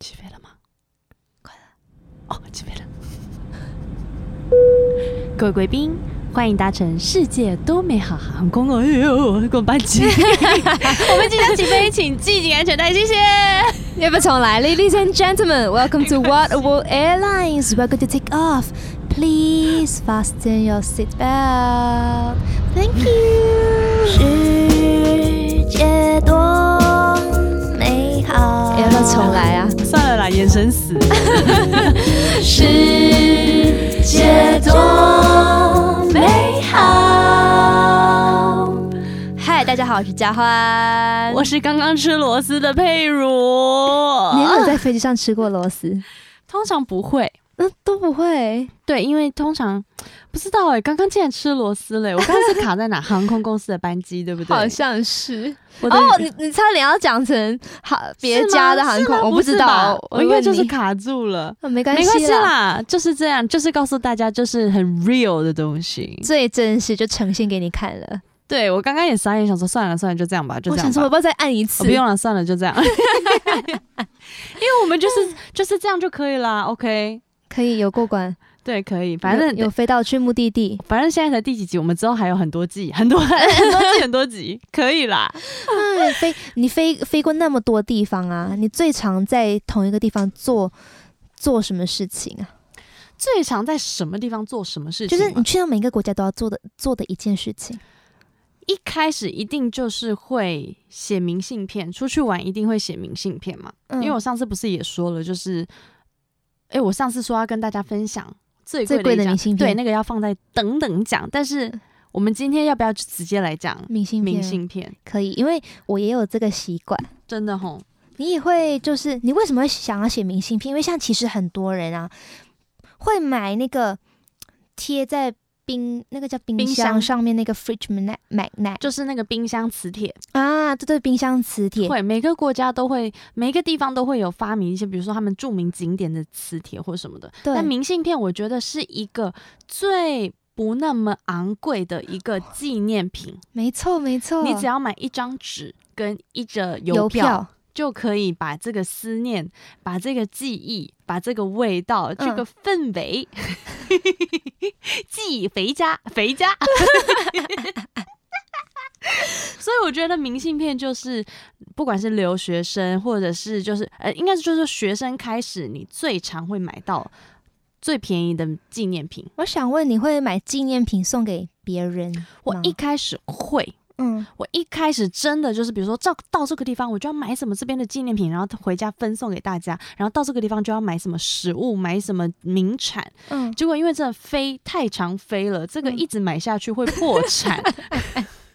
起飞了吗？快了！哦，起飞了！各位贵宾，欢迎搭乘世界多美好航空哦！哎呦，跟我班级， 我们即将起飞，请系紧安全带，谢谢。要不重来，Ladies and gentlemen, welcome to What World Airlines. We're going to take off. Please fasten your seat belt. Thank you. 世界多美好。要不要重来啊？算了啦，眼神死。世界多美好。嗨，大家好，我是佳欢。我是刚刚吃螺丝的佩如，你有没有在飞机上吃过螺 丝？通常不会。嗯，都不会。对，因为通常不知道哎、刚刚竟然吃螺丝嘞！我刚刚是卡在 哪航空公司的班机，对不对？好像是我的哦，你你差点要讲成好别家的航是空吗，我不知哦是吧道，我应该问就是你卡住了。啊 没关没系关系啦，啦，就是这样，就是告诉大家，就是很 real 的东西。最真实就呈现给你看了。对我刚刚也傻眼，想说算了算了，就这样吧，就我这想样说，我吧哦要。不要再按一次？我不用了，算了，就这样。 因为我们 就是就是这样就可以啦，OK？可以有过关，对，可以，反有正有飞到去目 的地。反正现在才第几集，我们之后还有很多季，很多很多季很多 集，可以啦。哎，飞你飞飞过那么多地方啊，你最常在同一个地方做做什么事情啊？最常在什么地方做什么事就情吗？是你去到每个国家都要做的做的一件事情。一开始一定就是会写明信片，出去玩一定会写明信片嘛。嗯因为我上次不是也说了，就是，哎、我上次说要跟大家分享最最贵贵的一张明信片对，那个要放在等等讲。但是我们今天要不要就直接来讲明信片明信片？可以，因为我也有这个习惯。真的吼，你也会就是你为什么会想要写明信片？因为像其实很多人啊，会买那个贴在冰那个叫冰冰箱箱上面那个 fridge magnet magnet 就是那个冰箱磁铁，啊，对对，冰箱磁铁。会每个国家都会，每个地方都会有发明一些，比如说他们著名景点的磁铁或什么的。对但明信片我觉得是一个最不那么昂贵的一个纪念品。没错没错，你只要买一张纸跟一折邮嗯邮票，就可以把这个思念、把这个记忆、把这个味道、这个氛围， 记忆肥家肥家。 所以我觉得明信片就是，不管是留学生，或者是就是呃，应该是就是学生开始，你最常会买到最便宜的纪念品。我想问你会买纪念品送给别人吗？我一开始会，嗯，我一开始真的就是，比如说到到这个地方，我就要买什么这边的纪念品，然后回家分送给大家。然后到这个地方就要买什么食物，买什么名产。嗯，结果因为真的飞太常飞了，这个嗯一直买下去会破产，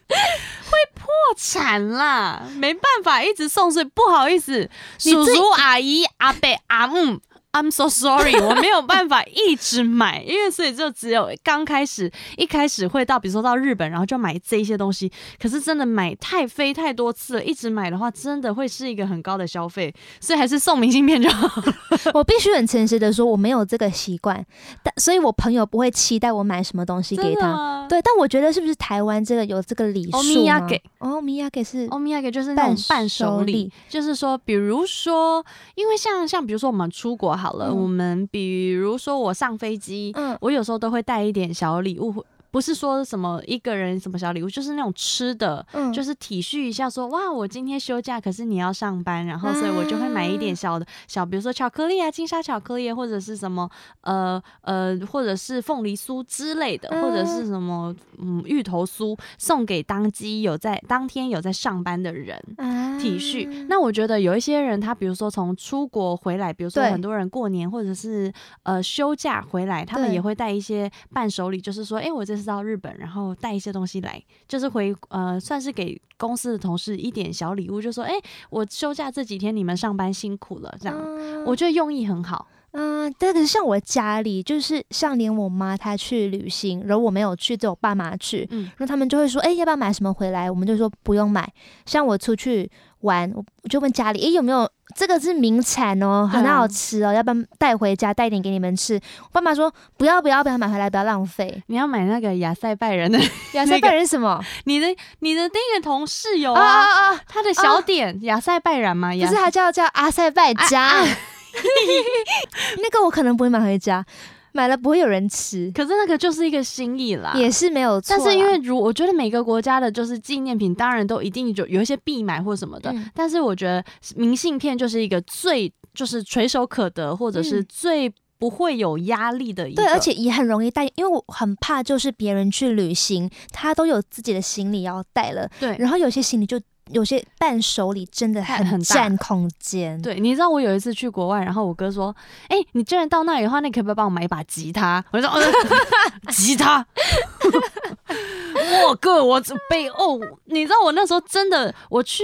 会破产啦，没办法，一直送，所以不好意思，你叔自己叔阿姨阿伯阿姆。I'm so sorry，我没有办法一直买，因为所以就只有刚开始，一开始会到，比如说到日本，然后就买这些东西。可是真的买太飞太多次了，一直买的话，真的会是一个很高的消费，所以还是送明信片就好。 我必须很诚实的说，我没有这个习惯，但所以我朋友不会期待我买什么东西给他。他，对，但我觉得是不是台湾这个有这个礼数吗？欧米亚给，哦，米亚给是欧米亚给就是那种伴手礼，，就是说，比如说，因为像像比如说我们出国好了，嗯我们比如说我上飞机，嗯，我有时候都会带一点小礼物，不是说什么一个人什么小礼物，就是那种吃的。嗯就是是体恤一下说哇，我今天休假，可是你要上班，然后所以我就会买一点嗯小的小，比如说巧克力啊，金沙巧克力，或者是什么呃呃，或者是凤梨酥之类的，嗯或者是什么嗯芋头酥，送给当机有在当天有在上班的人。啊体恤。嗯那我觉得有一些人，他比如说从出国回来，比如说对很多人过年或者是呃休假回来，他们对也会带一些伴手礼，就是说，哎、我这次到日本，然后带一些东西来，就是回呃算是给公司的同事一点小礼物，就说，哎、我休假这几天你们上班辛苦了，这样，嗯我觉得用意很好。嗯，但可是像我家里，就是像连我妈她去旅行，然后我没有去，只有我爸妈去，嗯然后他们就会说，哎、要不要买什么回来？我们就说不用买。像我出去玩，我我就问家里，哎、有没有这个是名产哦，对啊很好吃哦，要不要带回家带一点给你们吃？我爸妈说不要不要不要买回来，不要浪费。你要买那个亚塞拜人的， 亚那瑟个拜人是什么？你的你的那个同事有啊啊，啊啊！ 他的小点亚、塞拜然嘛，不亚是，它叫叫阿塞拜啊加 啊，那个我可能不会买回家，买了不会有人吃，可是那个就是一个心意啦。也是没有错啊但啦。是因为如我觉得每个国家的就是纪念品，当然都一定有有一些必买或什么的，嗯但是我觉得明信片就是一个最就是垂手可得，或者是嗯最不会有压力的一个。对，而且也很容易带，因为我很怕就是别人去旅行，他都有自己的行李要带了，对然后有些行李就有些伴手礼真的太很大占空间，对，你知道我有一次去国外，然后我哥说：“哎、你既然到那里的话，那你可不可以帮我买一把吉他？”我就说：“哦、 吉他。” 我哥，我这背哦，你知道我那时候真的，我去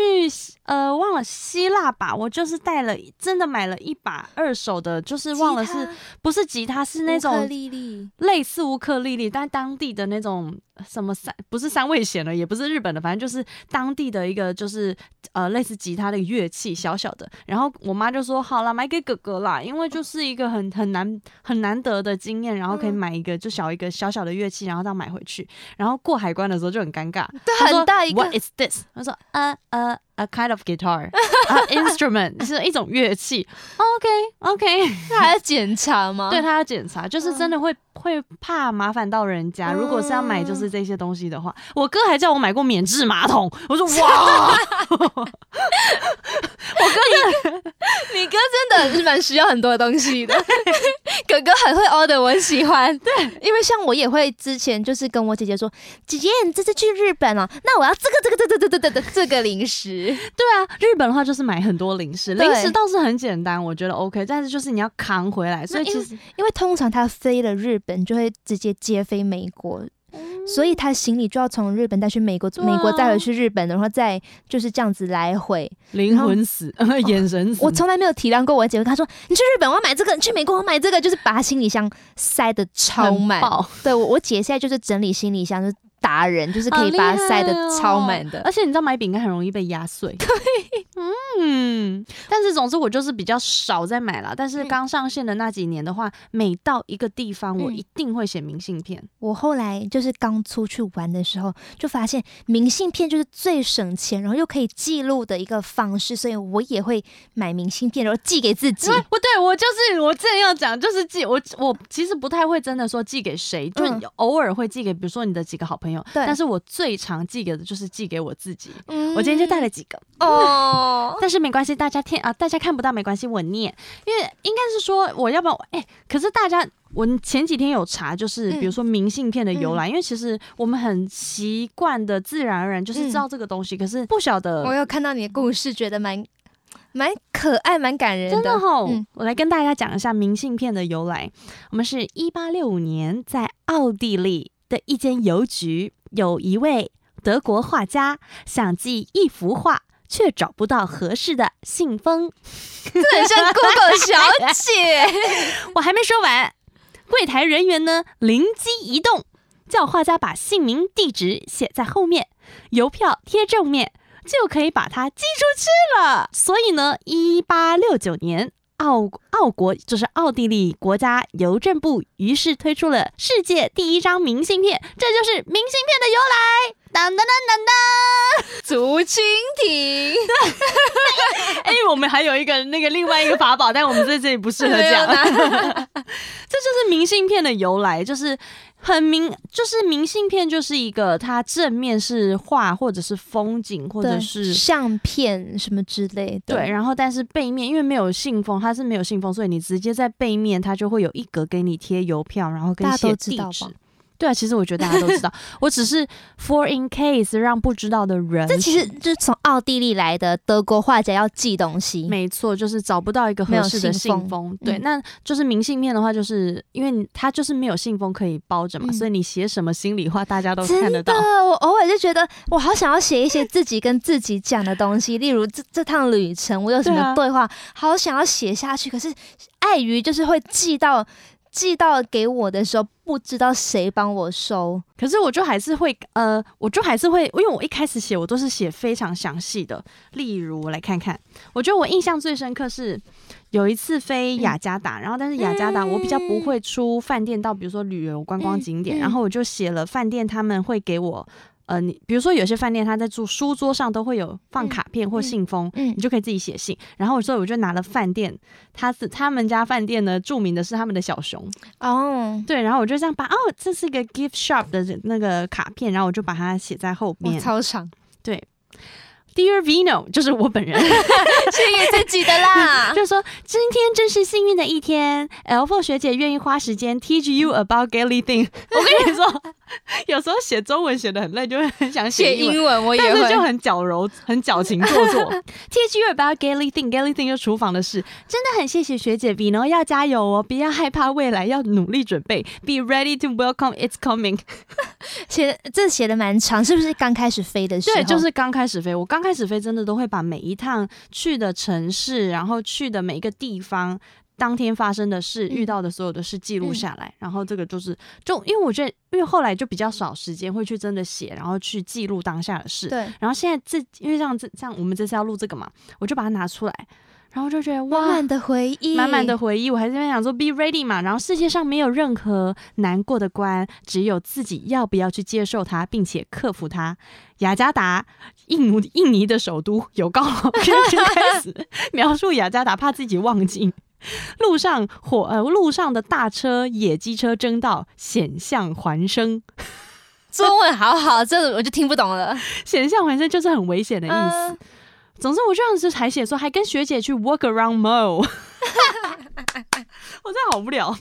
呃忘了希腊吧，我就是带了，真的买了一把二手的，就是忘了是不是吉他，是那种丽丽，类似乌克丽丽，但当地的那种呃什么三不是三味弦了，也不是日本的，反正就是当地的一个就是呃类似吉他的乐器，小小的。然后我妈就说：“好啦，买给哥哥啦，因为就是一个很很难很难得的经验，然后可以嗯买一个就小一个小小的乐器，然后这样买回去。然后过海关的时候就很尴尬， 对，啊他说很大一个 What，is this？他说呃呃 a kind of guitar, a instrument 是一种乐器。OK OK。他还要检查吗？对，他要检查，就是真的会、会怕麻烦到人家。如果是要买嗯就是这些东西的话，我哥还叫我买过免治马桶，我 说哇，你哥真的是蛮需要很多东西的， 哥哥很会 order，我很喜欢。对，因为像我也会之前就是跟我姐姐说，姐姐你这次去日本哦，那我要这个这个这个这个这个这个零食。对啊，日本的话就是买很多零食，对零食倒是很简单，我觉得 OK，但是就是你要扛回来，所以其实因为通常他飞了日本，就会直接接飞美国，所以他行李就要从日本带去美国，嗯对啊美国再回去日本，然后再就是这样子来回。灵魂死， 眼神死。哦我从来没有体谅过我姐，跟她说：“你去日本我要买这个，你去美国我要买这个。”就是把她行李箱塞的超很满。爆对我，我姐现在就是整理行李箱，就是达人，就是可以把它塞的超哦满的。而且你知道买饼干很容易被压 碎。对，嗯，但是总之我就是比较少在买啦。但是嗯刚上线的那几年的话，每到一个地方，我嗯一定会写明信片。我后来就是刚出去玩的时候，就发现明信片就是最省钱，然后又可以记录的一个方式，所以我也会买明信片，然后寄给自己对，。我啊对我就是我正要讲，就是寄我我其实不太会真的说寄给谁，就嗯偶尔会寄给，比如说你的几个好朋友，对但是我最常寄给的就是寄给我自己。 嗯我今天就带 了几个，哦，但是没关系，大家听啊，大家看不到没关系，我念，因为应该是说我要不然我哎、可是大家。我前几天有查，就是嗯比如说明信片的由来，因为其实我们很习惯的、自然而然就是知道这个东西，可是不晓得嗯我有看到你的故事，觉得蛮蛮可爱，蛮感人真的的。吼，嗯我来跟大家讲一下明信片的由来。我们是一八六五年在奥地利的一间邮局，有一位德国画家想寄一幅画，却找不到合适的信封。这很 像 Google 小姐。我还没说完，柜台人员呢灵机一动，叫画家把姓名、地址写在后面，邮票贴正面，就可以把它寄出去了。所以呢，一八六九年。奥奥国就是奥地利国家邮政部，于是推出了世界第一张明信片，这就是明信片的由来。当当当当当！竹蜻 蜓，哎、我们还有一个那个另外一个法宝，但我们在这里不适合讲。 这就是明信片的由来，就是很明，就是明信片就是一个它正面是画或者是风景或者对，是相片什么之类的。对，然后但是背面因为没有信封，它是没有信封，所以你直接在背面它就会有一格给你贴邮票，然后跟大家写都知地道吧址。对啊，其实我觉得大家都知 道，我只是 for in case 让不知道的人。这其实就是从奥地利来的德国画家要寄东西，没错，就是找不到一个合适的信没有信封。对，嗯那就是明信片的话，就是因为你它就是没有信封可以包着嘛，嗯所以你写什么心里话，大家都看得真的到。，我偶尔就觉得我好想要写一些自己跟自己讲的东西，例如这这趟旅程我有什对么啊对话，好想要写下去，可是碍于就是会寄到寄到给我的时候，不知道谁帮我收。可是我就还是会，呃，我就还是会，因为我一开始写我都是写非常详细的，例如我来看看，我觉得我印象最深刻是有一次飞雅加达，然后但是雅加达我比较不会出饭店到，比如说旅游观光景点，嗯嗯然后我就写了饭店他们会给我。呃，你比如说有些饭店它在住书桌上都会有放卡片或信封，嗯你就可以自己写信。然后所以我就拿了饭店，他是他们家饭店呢，著名的是他们的小熊，哦，对，然后我就这样把哦，这是一个 gift shop 的那个卡片，然后我就把它写在后我面。超长， Dear Vino，就是 我本人，是给自己的 啦。就说今天真是幸运的一天，L Four 学姐愿意花时间 teach you about girly thing。我 跟你说，有时候写中文写的很累，就会很想写英文。英文我也但是就会，很矫揉、很矫情做 作。Teach you about galley thing，galley thing 就厨房的事，真的很谢谢学姐 v i n 要加油哦，不要害怕未来，要努力准备，be ready to welcome it's coming。写这写的蛮长，是不是刚开始飞的时候？对，就是刚开始飞，我刚开始飞真的都会把每一趟去的城市，然后去的每一个地方。当天发生的事、嗯遇到的所有的事记录下来，然后这个就是，就因为我觉得，因为后来就比较少时间会去真的写，然后去记录当下的事。对，然后现在这因为像这像我们这次要录这个嘛，我就把它拿出来，然后就觉得满哇满，的回忆，满满的回忆。我还在那边想说 be ready 嘛，然后世界上没有任何难过的关，只有自己要不要去接受它，并且克服它。雅加达，印尼印尼的首都，有高老师 开始 描述雅加达，怕自己忘记。路上火呃，路上的大车、野鸡车争道，险象环生。中文好好，这我就听不懂了。险象环生就是很危险的意思。嗯总之，我这样子还写说，还跟学姐去 walk around mall，我 真的好无聊，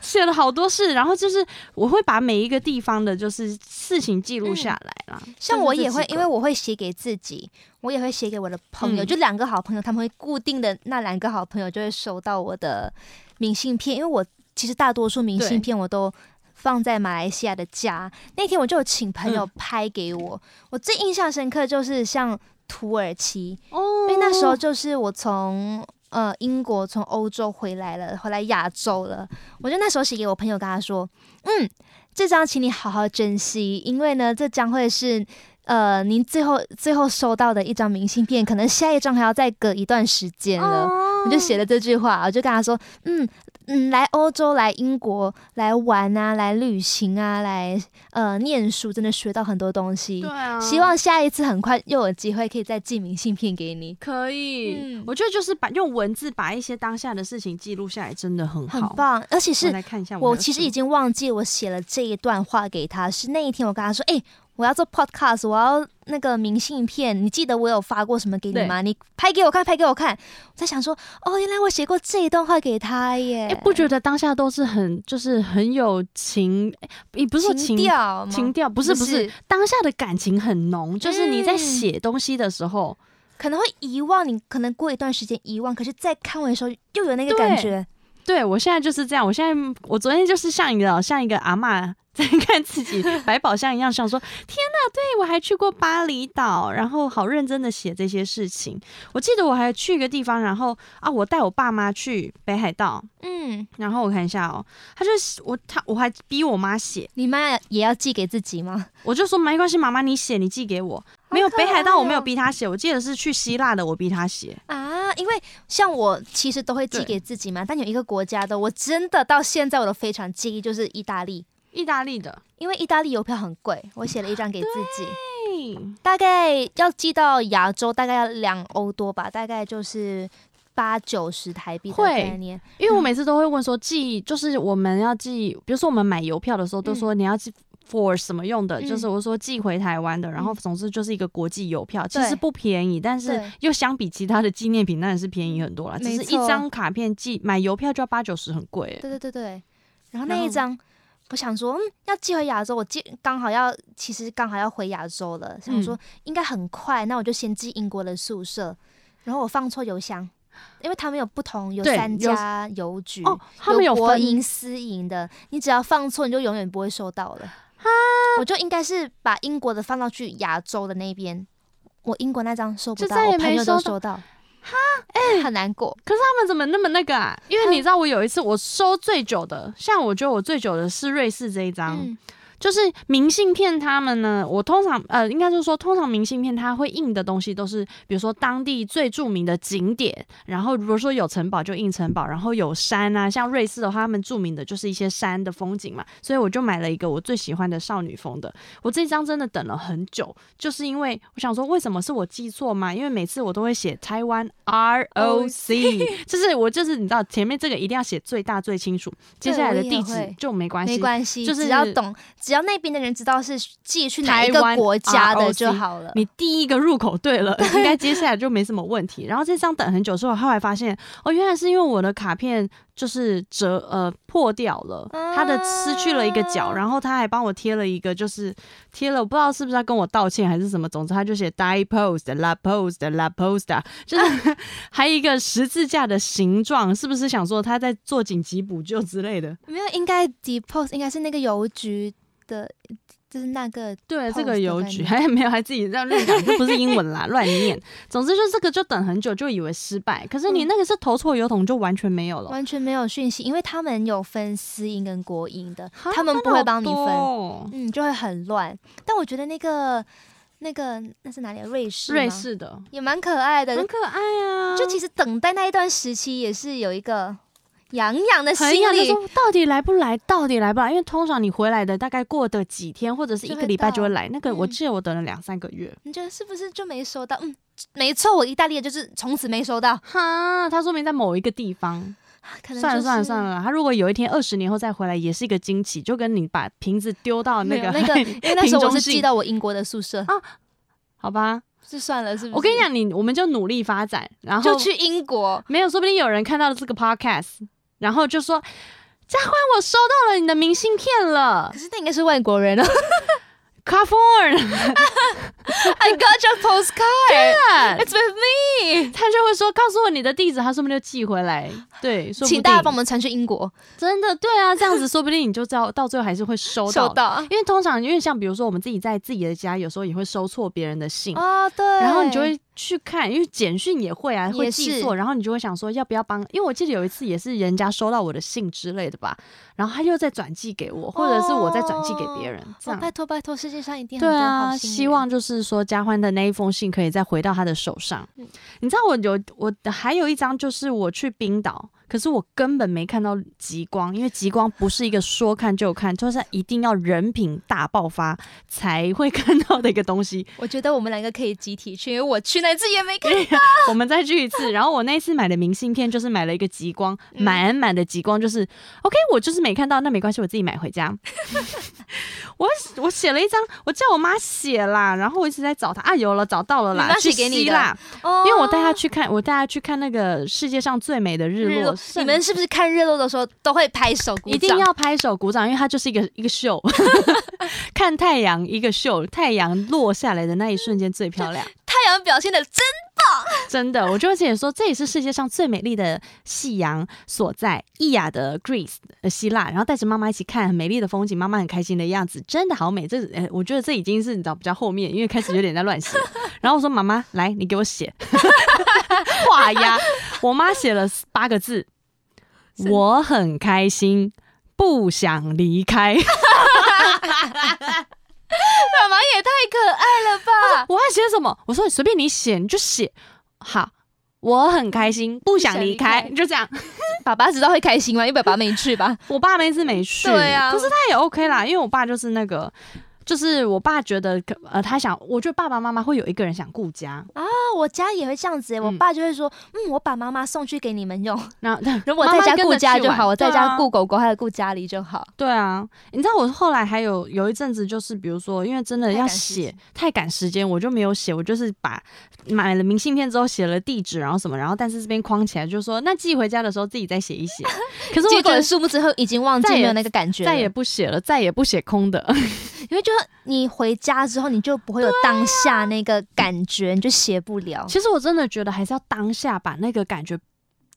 写了好多事，然后就是我会把每一个地方的，就是事情记录下来啦。像我也会，就是这几因个为我会写给自己，我也会写给我的朋友，嗯就两个好朋友，他们会固定的那两个好朋友就会收到我的明信片，因为我其实大多数明信片我都放在马来西亚的家。那天我就有请朋嗯友拍给我，我最印象深刻就是像土耳其，哦因为那时候就是我从。呃，英国从欧洲回来了，回来亚洲了。我就那时候写给我朋友，跟他说：“嗯，这张请你好好珍惜，因为呢，这将会是呃您最后最后收到的一张明信片，可能下一张还要再隔一段时间了。哦我就写了这句话，我就跟他说：“嗯嗯，来欧洲、来英国、来玩啊，来旅行啊，来呃念书，真的学到很多东西对。啊，希望下一次很快又有机会可以再寄明信片给你。”可以。嗯我觉得就是把用文字把一些当下的事情记录下来，真的很好。很棒，而且我是来看一下我还我有其实什么已经忘记我写了这一段话给他，是那一天我跟他说，哎、我要做 podcast，我要那个明信片，你记得我有发过什么给你吗？你拍给我看，拍给我看。我在想说，哦，原来我写过这一段话给他耶，哎、不觉得当下都是很就是很有情，哎也不是说情情调吗？情调，不是不是，当下的感情很浓，就是你在嗯写东西的时候，可能会遗忘，你可能过一段时间遗忘，可是再看完的时候又有那个对感觉，对我现在就是这样。我现在我昨天就是像一个像一个阿嬷在看自己百宝箱一样，想说天哪，对我还去过巴厘岛，然后好认真的写这些事情。我记得我还去一个地方，然后啊，我带我爸妈去北海道，嗯，然后我看一下哦，他就是我他我还逼我妈写，你妈也要寄给自己吗？我就说没关系，妈妈你写，你寄给我。没有哦好可北海道，我爱没有哦逼她写，我记得是去希腊的，我逼她写。啊，因为像我其实都会寄对给自己嘛，但有一个国家的，我真的到现在我都非常介意，就是意大利，意大利的，因为意大利邮票很贵，我写了一张给自己，嘿大概要寄到亚洲，大概要两欧多吧，大概就是八九十台币的会概念，因为我每次都会问说寄，就是我们要寄，比如说我们买邮票的时候，都说你要寄 for 什么用的，嗯就是我说寄回台湾的，然后嗯总之就是一个国际邮票，其对实不便宜，但是对又相比其他的纪念品，当然是便宜很多啦。只没是错一张卡片寄买邮票就要八九十，很贵、欸。对对对对，然然后那一后张。我想说，嗯，要寄回亚洲，我寄刚好要，其实刚好要回亚洲了。想嗯说应该很快，那我就先寄英国的宿舍，然后我放错邮箱，因为他们有不同，有对三有家邮局，哦，他们有国分营、私营的，你只要放错，你就永远不会收到了。我就应该是把英国的放到去亚洲的那边，我英国那张收不就到，再也我朋没友都收到哎收到，哈，很难过。可是他们怎么那么那个啊？因为他你知道，我有一次我收最久的，像我觉得我最久的是瑞士这一张，嗯，就是明信片，他们呢，我通常呃，应该就是说，通常明信片它会印的东西都是，比如说当地最著名的景点，然后如果说有城堡就印城堡，然后有山啊，像瑞士的话，他们著名的就是一些山的风景嘛，所以我就买了一个我最喜欢的少女风的，我这张真的等了很久，就是因为我想说，为什么是我记错吗？因为每次我都会写台湾 R O C，就是我就是你知道前面这个一定要写最大最清楚，接下来的对我地也址会就没关系没，关系，就是只要懂，只要那边的人知道是寄去哪一台个湾国家的 ROC 就好了。你第一个入口对了，应该接下来就没什么问题。然后这张等很久之后，后来发现哦，原来是因为我的卡片就是折呃破掉了，它的失去了一个角，啊然后他还帮我贴了一个，就是贴了我不知道是不是要跟我道歉还是什么，总之他就写 die post la post la post，就是啊还有一个十字架的形状，是不是想说他在做紧急补救之类的？没有，应该 depose 应该是那个邮局的，就是那个对，这 Post 个的邮概局念还没有，还自己这样乱讲，这不是英文 啦，乱念。总之就是这个就等很久，就以为失败，可是你嗯那个是投错邮筒，就完全没有了。完全没有讯息，因为他们有分私音跟国音的，哈他们不会帮你。真的啊好分，多哦嗯，就会很乱。但我觉得那个那个那是哪里啊？瑞士？瑞？士的也蛮可爱的很，可爱啊，就其实等待那一段时期也是有一个痒痒的心很想就理，说到底来不来，到底来不来？因为通常你回来的大概过的几天或者是一就会个礼拜就会到来。那个我嗯记得我等了两三个月。你觉得是不是就没收到？嗯，没错，我意大利的就是从此没收到，哈，他说明在某一个地方。啊可能、就是、算了算了算了啦，他如果有一天二十年后再回来，也是一个惊奇，就跟你把瓶子丢到那没有个那 个，因为那时候我是寄记得。到我英国的宿舍，好吧，是算了，是不是？我跟你，讲，你我们就努力发展，然后嗯就去英国，没有，说不定有人看到了这个 podcast，然后就说：“佳欢，我收到了你的明信片了可是那应该是外国人 哦了。 c a f o r I got your postcard. It's with me. 他就会说：“告诉我你的地址，他说不定就寄回来。”对，说不定请大家帮我们传去英国，真的对啊，这样子说不定你就知道到最后还是会收到收的，到因为通常因为像比如说我们自己在自己的家，有时候也会收错别人的信。哦，对。然后你就会去看，因为简讯也会啊，会也记是错，然后你就会想说要不要帮？因为我记得有一次也是人家收到我的信之类的吧，然后他又再转寄给我，或者是我再转寄给别人，这哦，样。拜托拜托，世界上一定很对多啊，好心人希望就是说佳欢的那一封信可以再回到他的手上。嗯你知道我有我还有一张就是我去冰岛，可是我根本没看到极光，因为极光不是一个说看就看，就是一定要人品大爆发才会看到的一个东西。我觉得我们两个可以集体去，因为我去那次也没看。我们再去一次。然后我那一次买的明信片就是买了一个极光，嗯满满的极光，就是 OK，我就是没看到，那没关系，我自己买回 家。我我写了一张，我叫我妈写啦，然后我一直在找她啊，有了，找到了啦你，妈去写给你的希腊，哦因为我带她去看，我带她去看那个世界上最美的日日落落，，你们是不是看日落的时候都会拍手鼓掌？一定要拍手鼓掌，因为它就是一个一个 秀， 看太阳一个秀，太阳落下来的那一瞬间最漂亮。太阳表现的真真的，我就会解说，这也是世界上最美丽的夕阳所在，意雅的 Greece 呃希腊，然后带着妈妈一起看很美丽的风景，妈妈很开心的样子，真的好美。这呃，我觉得这已经是你知道比较后面，因为开始有点在乱 写。然后我说妈妈，来，你给我写，画押。我妈写了八个字，是我很开心，不想离 开。妈妈也太可爱了 吧！我要写什么？我说你随便你写，你就写好。我很开心，不想离不想开，离就这样。爸爸知道会开心吗？因为爸爸没去吧？我爸那次没去，对啊可是他也 OK 啦，因为我爸就是那个，就是我爸觉得可呃，他想，我觉得爸爸妈妈会有一个人想顾家，那我家也会这样子、欸，我嗯爸就会说，嗯，我把妈妈送去给你们用，然后如果我在妈妈家跟顾着家去就好，玩我在对家啊顾狗狗还有顾家里就好。对啊，你知道我后来还有有一阵子就是，比如说，因为真的太要赶时写间太赶时间，我就没有写，我就是把买了明信片之后写了地址，然后什么，然后但是这边框起来，就说那寄回家的时候自己再写一 写。可是我结觉果得数目之后已经忘记再也没有那个感觉了，再也不写了，再也不写空的。因为就是你回家之后你就不会有啊当下那个感觉，你就写不了。其实我真的觉得还是要当下把那个感觉，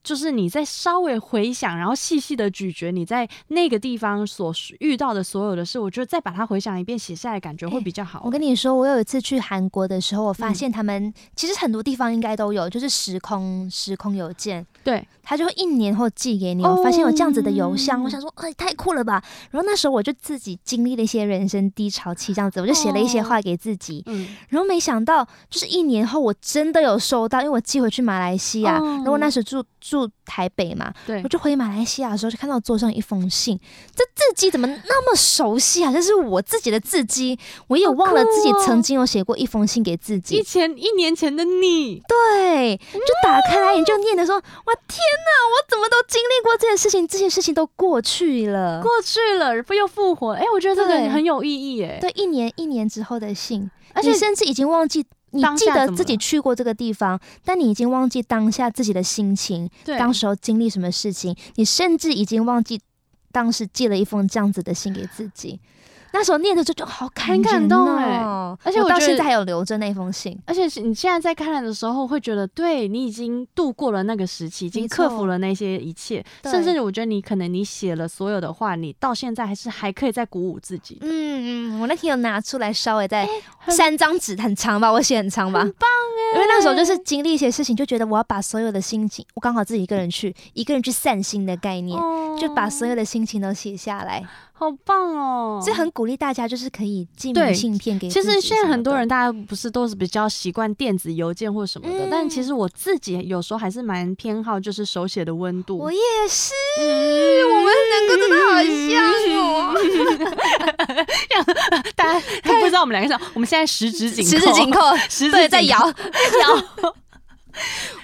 就是你再稍微回想，然后细细的咀嚼你在那个地方所遇到的所有的事，我觉得再把它回想一遍，写下来感觉会比较好。我跟你说，我有一次去韩嗯国的时候，我发现他们、其实很多地方应该都有，就是时空时空邮件，对，他就会一年后寄给你。我发现有这样子的邮箱，哦我想说，哎，太酷了吧！然后那时候我就自己经历了一些人生低潮期，这样子，我就写了一些话给自己。嗯，然后没想到，就是一年后我真的有收到，因为我寄回去马来西亚，哦然后我那时候住住台北嘛，对我，就回马来西亚的时候就看到桌上有一封信，这字迹怎么那么熟悉啊？这是我自己的字迹，我也好忘了酷自己哦曾经有写过一封信给自己一。前一年前的你，对，就打开来你就念的说，哇天哪，我怎么都经历过这件事情，这些事情都过去了。过去了，不又复活？哎、我觉得这对个很有意义哎。对，一年一年之后的信，而且你甚至已经忘记。你当记下得怎么自己了去过这个地方，但你已经忘记当下自己的心情，对，当时候经历什么事情，你甚至已经忘记当时寄了一封这样子的信给自己。那时候念的时候就好感很感人动哦哎而且我我到觉现得在还有留着那封信。而且是你现在在看的时候，会觉得对你已经度过了那个时期，已经没错克服了那些一切，对甚至我觉得你可能你写了所有的话，你到现在还是还可以再鼓舞自己。嗯嗯，我那天有拿出来稍微再很三张纸，很长吧，我写很长吧，很棒哎、因为那时候就是经历一些事情，就觉得我要把所有的心情，我刚好自己一个人去，一个人去散心的概念，哦就把所有的心情都写下来，好棒哦！所以很鼓励大家，就是可以寄明对信片给自其己什么的。实现在很多人大家不是都是比较习惯电子邮件或什么的，嗯但其实我自己有时候还是蛮偏好就是手写的温度。我也是，嗯我们两个真的好像哦， 大家 看不知道我们两个像，我们现在十指紧扣，十指紧，扣，十指对，在摇。摇。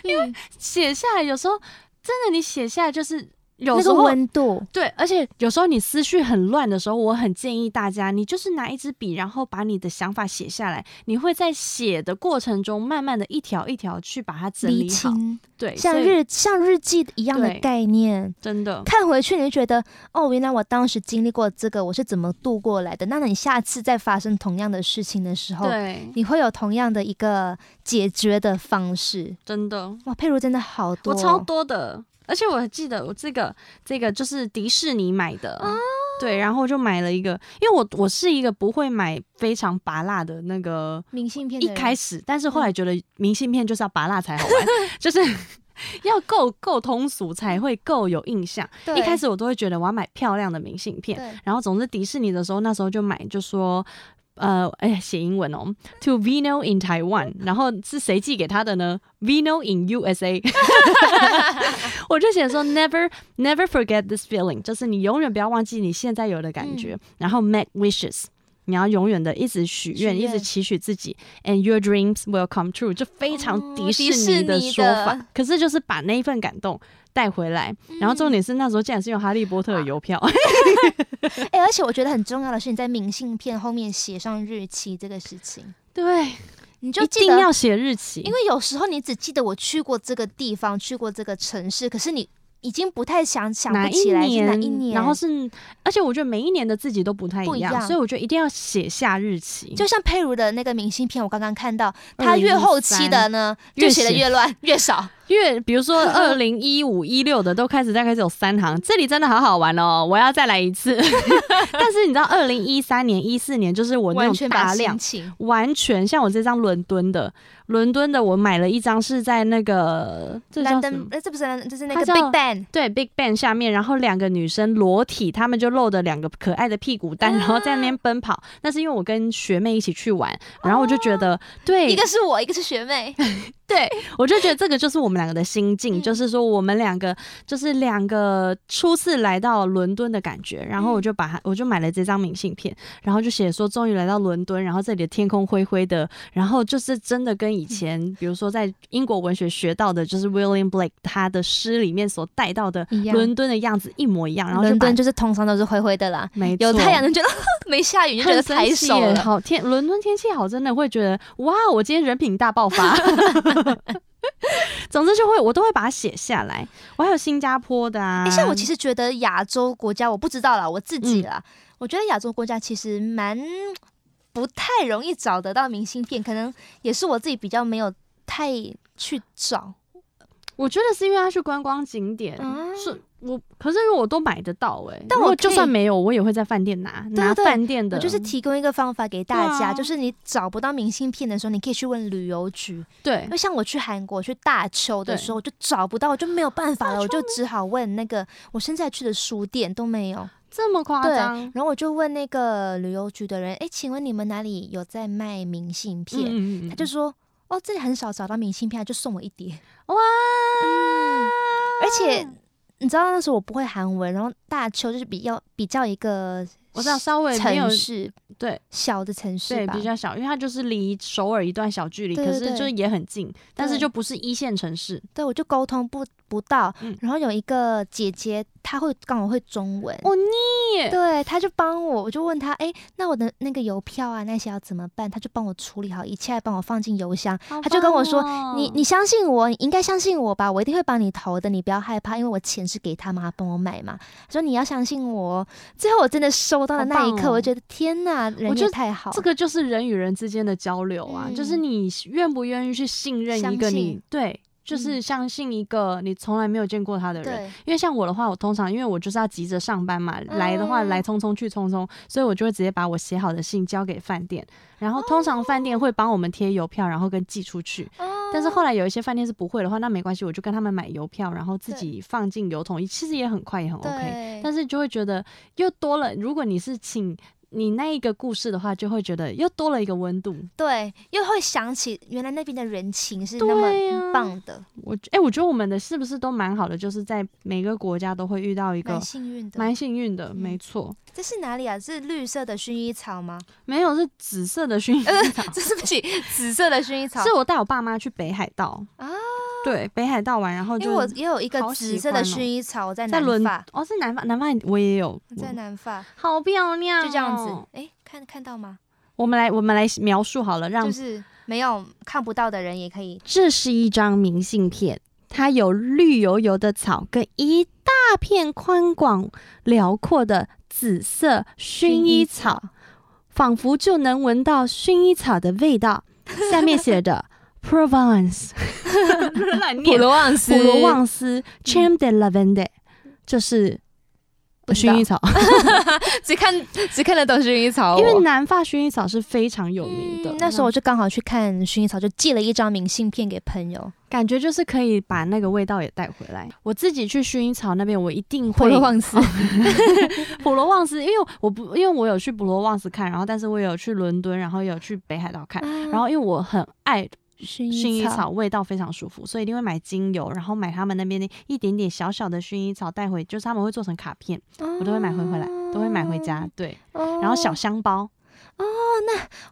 因为写下来有时候真的，你写下来就是有那时个候温度，对，而且有时候你思绪很乱的时候，我很建议大家，你就是拿一支笔，然后把你的想法写下来，你会在写的过程中，慢慢的一条一条去把它整厘理好。清，对，像所以日像日记一样的对概念。真的看回去，你就觉得哦，原来我当时经历过这个，我是怎么度过来的。那你下次再发生同样的事情的时候，对，你会有同样的一个解决的方式。真的，哇，佩如真的好多，我超多的。而且我还记得我这个这个就是迪士尼买的，哦对，然后就买了一个，因为我我是一个不会买非常拔辣的那个明信片的一人。嗯开始，但是后来觉得明信片就是要拔蜡才好玩，就是 要够够通俗才会够有印象。对一开始我都会觉得我要买漂亮的明信片，对然后总之迪士尼的时候，那时候就买，就说。呃，哎呀，写英文哦，To Vino in Taiwan，然后是谁寄给他的呢？Vino in USA，我就写说 Never never forget this feeling，就是你永远不要忘记你现在有的嗯感觉，然后 make wishes，你要永远的一直许愿，许一愿直期许自己，and your dreams will come true，就非常哦迪迪士士尼的尼说的法。可是就是把那一份感动带回来，然嗯后重点是那时候竟然是用哈利波特的邮票， 哎、而且我觉得很重要的是，你在明信片后面写上日期这个事情，对，你就一记定得要写日期，因为有时候你只记得我去过这个地方，去过这个城市，可是你已经不太想想哪不起来是哪一年，然后是，而且我觉得每一年的自己都不太不一一样，样所以我觉得一定要写下日期，就像佩如的那个明信片，我刚刚看到，它越后期的呢，越就写的写越乱越少。因为比如 说二零一五一六的都开始大概只有三行，这里真的好好玩哦，我要再来一 次。但是你知道，二零一三年、一四年就是 我那完种全大把量心。情完全像我这张伦敦的，伦敦的我买了一张是在那个这叫什么 London，？呃，这不是 London，这是那个它叫 Big Bang，对，Big Bang 下面，然后两个女生裸体，她们就露着两个可爱的屁股蛋，然后在啊那边奔跑。那是因为我跟学妹一起去玩，然后我就觉得，对哦一个是我，一个是 学妹，对，我就觉得这个就是我们两个的心境，嗯就是说我们两个就是两个初次来到伦敦的感觉。然嗯后我就把它，我就买了这张明信片，然后就写说终于来到伦敦，然后这里的天空灰灰的，然后就是真的嗯跟以前，比如说在英国文学学到的，就是 William Blake 他的诗里面所带到的一样伦敦的样子一模一样，然后就伦把敦就是通常都是灰灰的啦，没有错太阳就觉得 没下雨就觉得很神抬奇手耶了。好天，伦敦天气好，真的会觉得哇，我今天人品大爆 发。总之就会，我都会把它写下来。我还有新加坡的啊，哎、像我其实觉得亚洲国家，我不知道啦，我自嗯己啦，我觉得亚洲国家其实蛮不太容易找得到明信片，可能也是我自己比较没有太去找。我觉得是因为他去观光景点，啊是我，可是因为我都买得到哎、但如果我可就以算没有，我也会在饭店拿对拿对饭店的，我就是提供一个方法给大对家，啊就是你找不到明信片的时候，你可以去问旅游局。对因为像我去韩国去大邱的对时候，我就找不到，我就没有办法了，大我邱就只好问那个我现在去的书店都没有。这么夸对啊张，然后我就问那个旅游局的人，诶，请问你们哪里有在卖明信片？嗯嗯嗯他就说，哦，这里很少找到明信片，他就送我一叠。哇，嗯而且你知道那时候我不会韩文，然后大邱就是比较比较一个我知道稍微没有城市，对小的城市对吧比。较小，因为它就是离首尔一段小距离，对可对是对就是也很近，但是对就不是一线城市对，我就沟通不不到。嗯然后有一个姐姐，她会刚好会中文，哦你对，她就帮我，我就问她，哎，那我的那个邮票啊那些要怎么办？她就帮我处理好一切，还帮我放进邮箱。他他就跟我说哦你你相信我，你应该相信我吧，我一定会帮你投的，你不要害怕，因为我钱是给他妈帮我买嘛。她说你要相信我。最后我真的收到好的那一棒刻，哦我觉得天哪，人觉也得太好了。这个就是人与人之间的交流啊，就是嗯你愿不愿意去信任一个相你信嗯对，就是相信一个你从来没有见过他的人。对，因为像我的话，我通常因为我就是要急着上班嘛，嗯来的话来匆匆去匆匆，所以我就会直接把我写好的信交给饭店，然后通常哦饭店会帮我们贴邮票，然后跟寄出去。但是后来有一些饭店是不会的话，那没关系，我就跟他们买邮票，然后自己放进邮筒，其实也很快，也很 OK。对但是就会觉得又多了，如果你是请你那一个故事的话，就会觉得又多了一个温度。对，又会想起原来那边的人情是那对呀、么棒的，我哎、我觉得我们的是不是都蛮好的，就是在每个国家都会遇到一蛮个幸运的。嗯蛮幸运的，没错。这是哪里啊？是绿色的薰衣 草吗？没有是紫色的薰衣草，这是不起，紫色的薰衣呃草是我带我爸妈去北海道啊，对，北海道玩，然后因为就我也有一个好喜紫色的欢哦薰衣草，我在在南伦法，哦是南方，南方我也有，我在南法，好漂亮、哦就这样子。。哎，看看到吗？我们来我们来描述好了，让就是没有看不到的人也可以。这是一张明信片，它有绿油油的草跟一大片宽广辽阔的紫色薰衣草，仿佛就能闻到薰衣草的味 道。下面写着 Provence，乱普罗旺斯，普罗旺斯 Cham de Lavender，这是不知道薰衣草，只看只看得懂薰衣草因为我南法薰衣草是非常有名的。嗯那时候我就刚好去看薰衣草，就寄了一张明信片给朋友。感觉就是可以把那个味道也带回来。我自己去薰衣草那边，我一定普会罗 旺斯，普罗旺斯，因为我不，因为我有去普罗旺斯看，然后但是我也有去伦敦，然后也有去北海道看，然后因为我很爱啊薰薰衣草，味道非常舒服，所以一定会买精油，然后买他们那边的一点点小小的薰衣草带回，就是他们会做成卡片，我我都会买回回来，都会买回家，对，然然后小香包，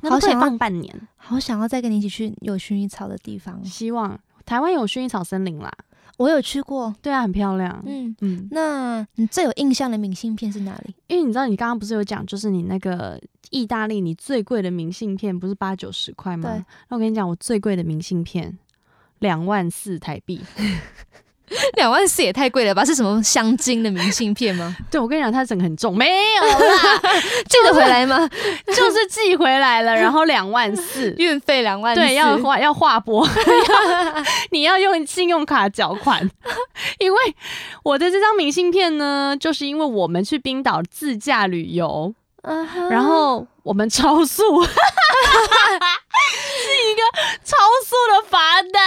那好都可以想要放半年，好想要再跟你一起去有薰衣草的地方。哦希望台湾有薰衣草森林啦，我有去过，对啊，很漂亮，嗯，嗯，那你最有印象的明信片是哪里？因为你知道，你刚刚不是有讲，就是你那个意大利，你最贵的明信片不是八九十块吗对？那我跟你讲，我最贵的明信片两万四台币。 两万四也太贵了吧？是什么香精的明信片 吗？对，我跟你讲，它整个很重，没有 啦，寄得回来吗？。就是寄回来了，然后两万四 运费两万对，要花要划拨， 你要用信用卡缴款， 因为我的这张明信片呢，就是因为我们去冰岛自驾旅游，啊然后我们超速， 是一个超速的罚单。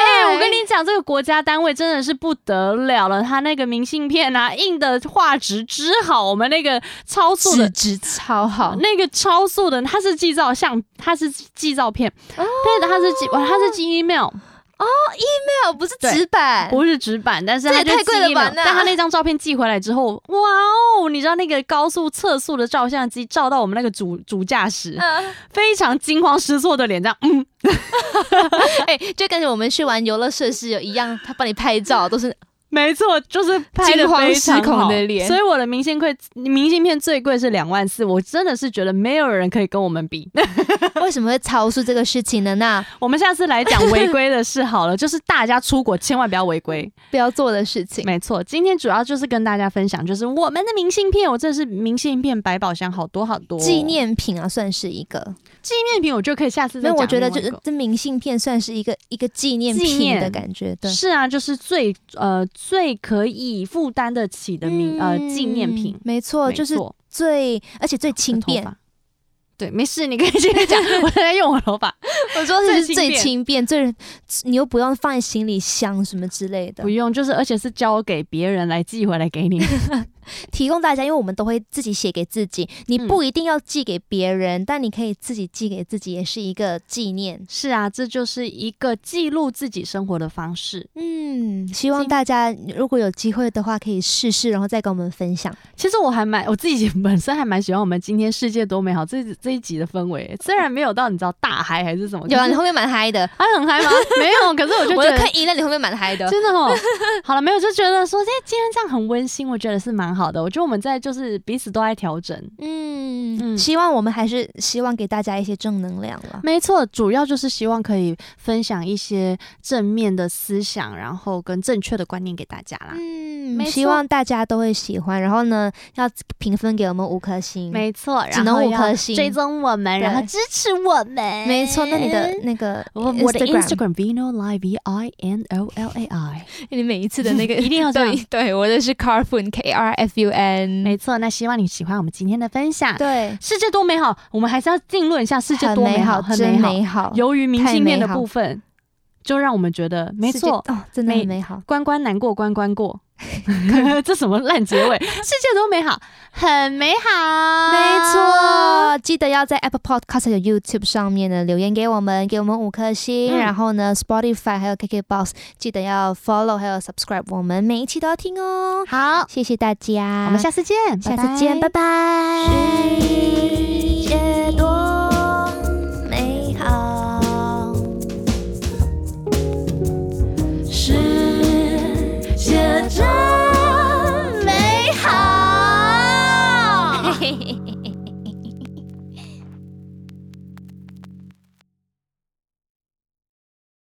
哎、我跟你讲，这个国家单位真的是不得了了，他那个明信片啊，印的画质之好，我们那个超速纸的。质超好，那个超速的，他是寄照相，他是寄照片，哦对，他是寄，哇他是寄 email，没有，不是对纸板，不是纸板，但是哎这他就也太贵寄了吧 email，那但他那张照片寄回来之后，哇哦，你知道那个高速测速的照相机照到我们那个主主驾驶，嗯非常惊慌失措的脸，这样，嗯， 哎，就跟我们去玩游乐设施有一样，他帮你拍照都是没错，就是拍的惊慌非失常恐好的脸所以我的明信片明信片最贵是两万四，我真的是觉得没有人可以跟我们比。 为什么会超速这个事情呢？那我们下次来讲违规的事好 了，就是大家出国千万不要违规。不要做的事情。没错，今天主要就是跟大家分享，就是我们的明信片，我真的是明信片百宝箱好多好多纪念品啊，算是一个。纪念品，我就可以下次没再有，讲我觉得另外就一是个这明信片算是一个一个纪念纪品的念感觉，对。是啊，就是最呃最可以负担得起的名、呃纪念品嗯，没错，没就是错最而且最轻我的头便。发对，没事，你可以继续 讲，我在用我头发，我说最的是轻最便轻便，最你又不用放在行李箱什么之类的不，用，就是而且是交给别人来寄回来给 你。提供大家，因为我们都会自己写给自己，你嗯不一定要寄给别人，但你可以自己寄给自己，也是一个纪念。是啊，这就是一个记录自己生活的方式。嗯，希望今大家如果有机会的话，可以试试，然后再跟我们分享。其实我还蛮我自己本身还蛮喜欢我们今天世界多美好这这一集的氛围，虽然没有到你知道大嗨还是什么，有啊，可你是后面蛮嗨的，还很嗨吗？ 没有，可是我就我觉就得看赢了你后面蛮嗨的。 真的哦，好了，没有就觉得说，哎，今天这样很温馨，我觉得是蛮好的。我觉得我们在就是彼此都在调整，嗯，嗯希望我们还是希望给大家一些正能量了。没错，主要就是希望可以分享一些正面的思想，然后跟正确的观念给大家啦。嗯没错希望大家都会喜欢。然后呢，要评分给我们五颗星。没错，只能五颗星然后要追踪我们，对然后支持我们。没错，那你的那个 我我的 Instagram， Instagram Vino Lai V E I N O L A I，你每一次的那 个 一定要这样。对，我的是 Carfun K R F U N，没错，那希望你喜欢我们今天的分享。对，世界多美好，我们还是要定论一下世界很多美好，很真美好。美好，由于明信片的太美好部分，就让我们觉得没世界错，哦，真的很美美好。关关难过关关 过。这什么烂结尾？世界多美好，很美好，没。错，记得要在 Apple Podcast 还有 YouTube 上面呢留言给我们，给我们五颗星。嗯然后呢，Spotify 还有 KKBox 记得要 follow 还有 subscribe，我们每一期都要听哦。好，谢谢大家，我们下次见，下次见，拜拜。世界多美好，世 界真美好。嘿嘿嘿嘿。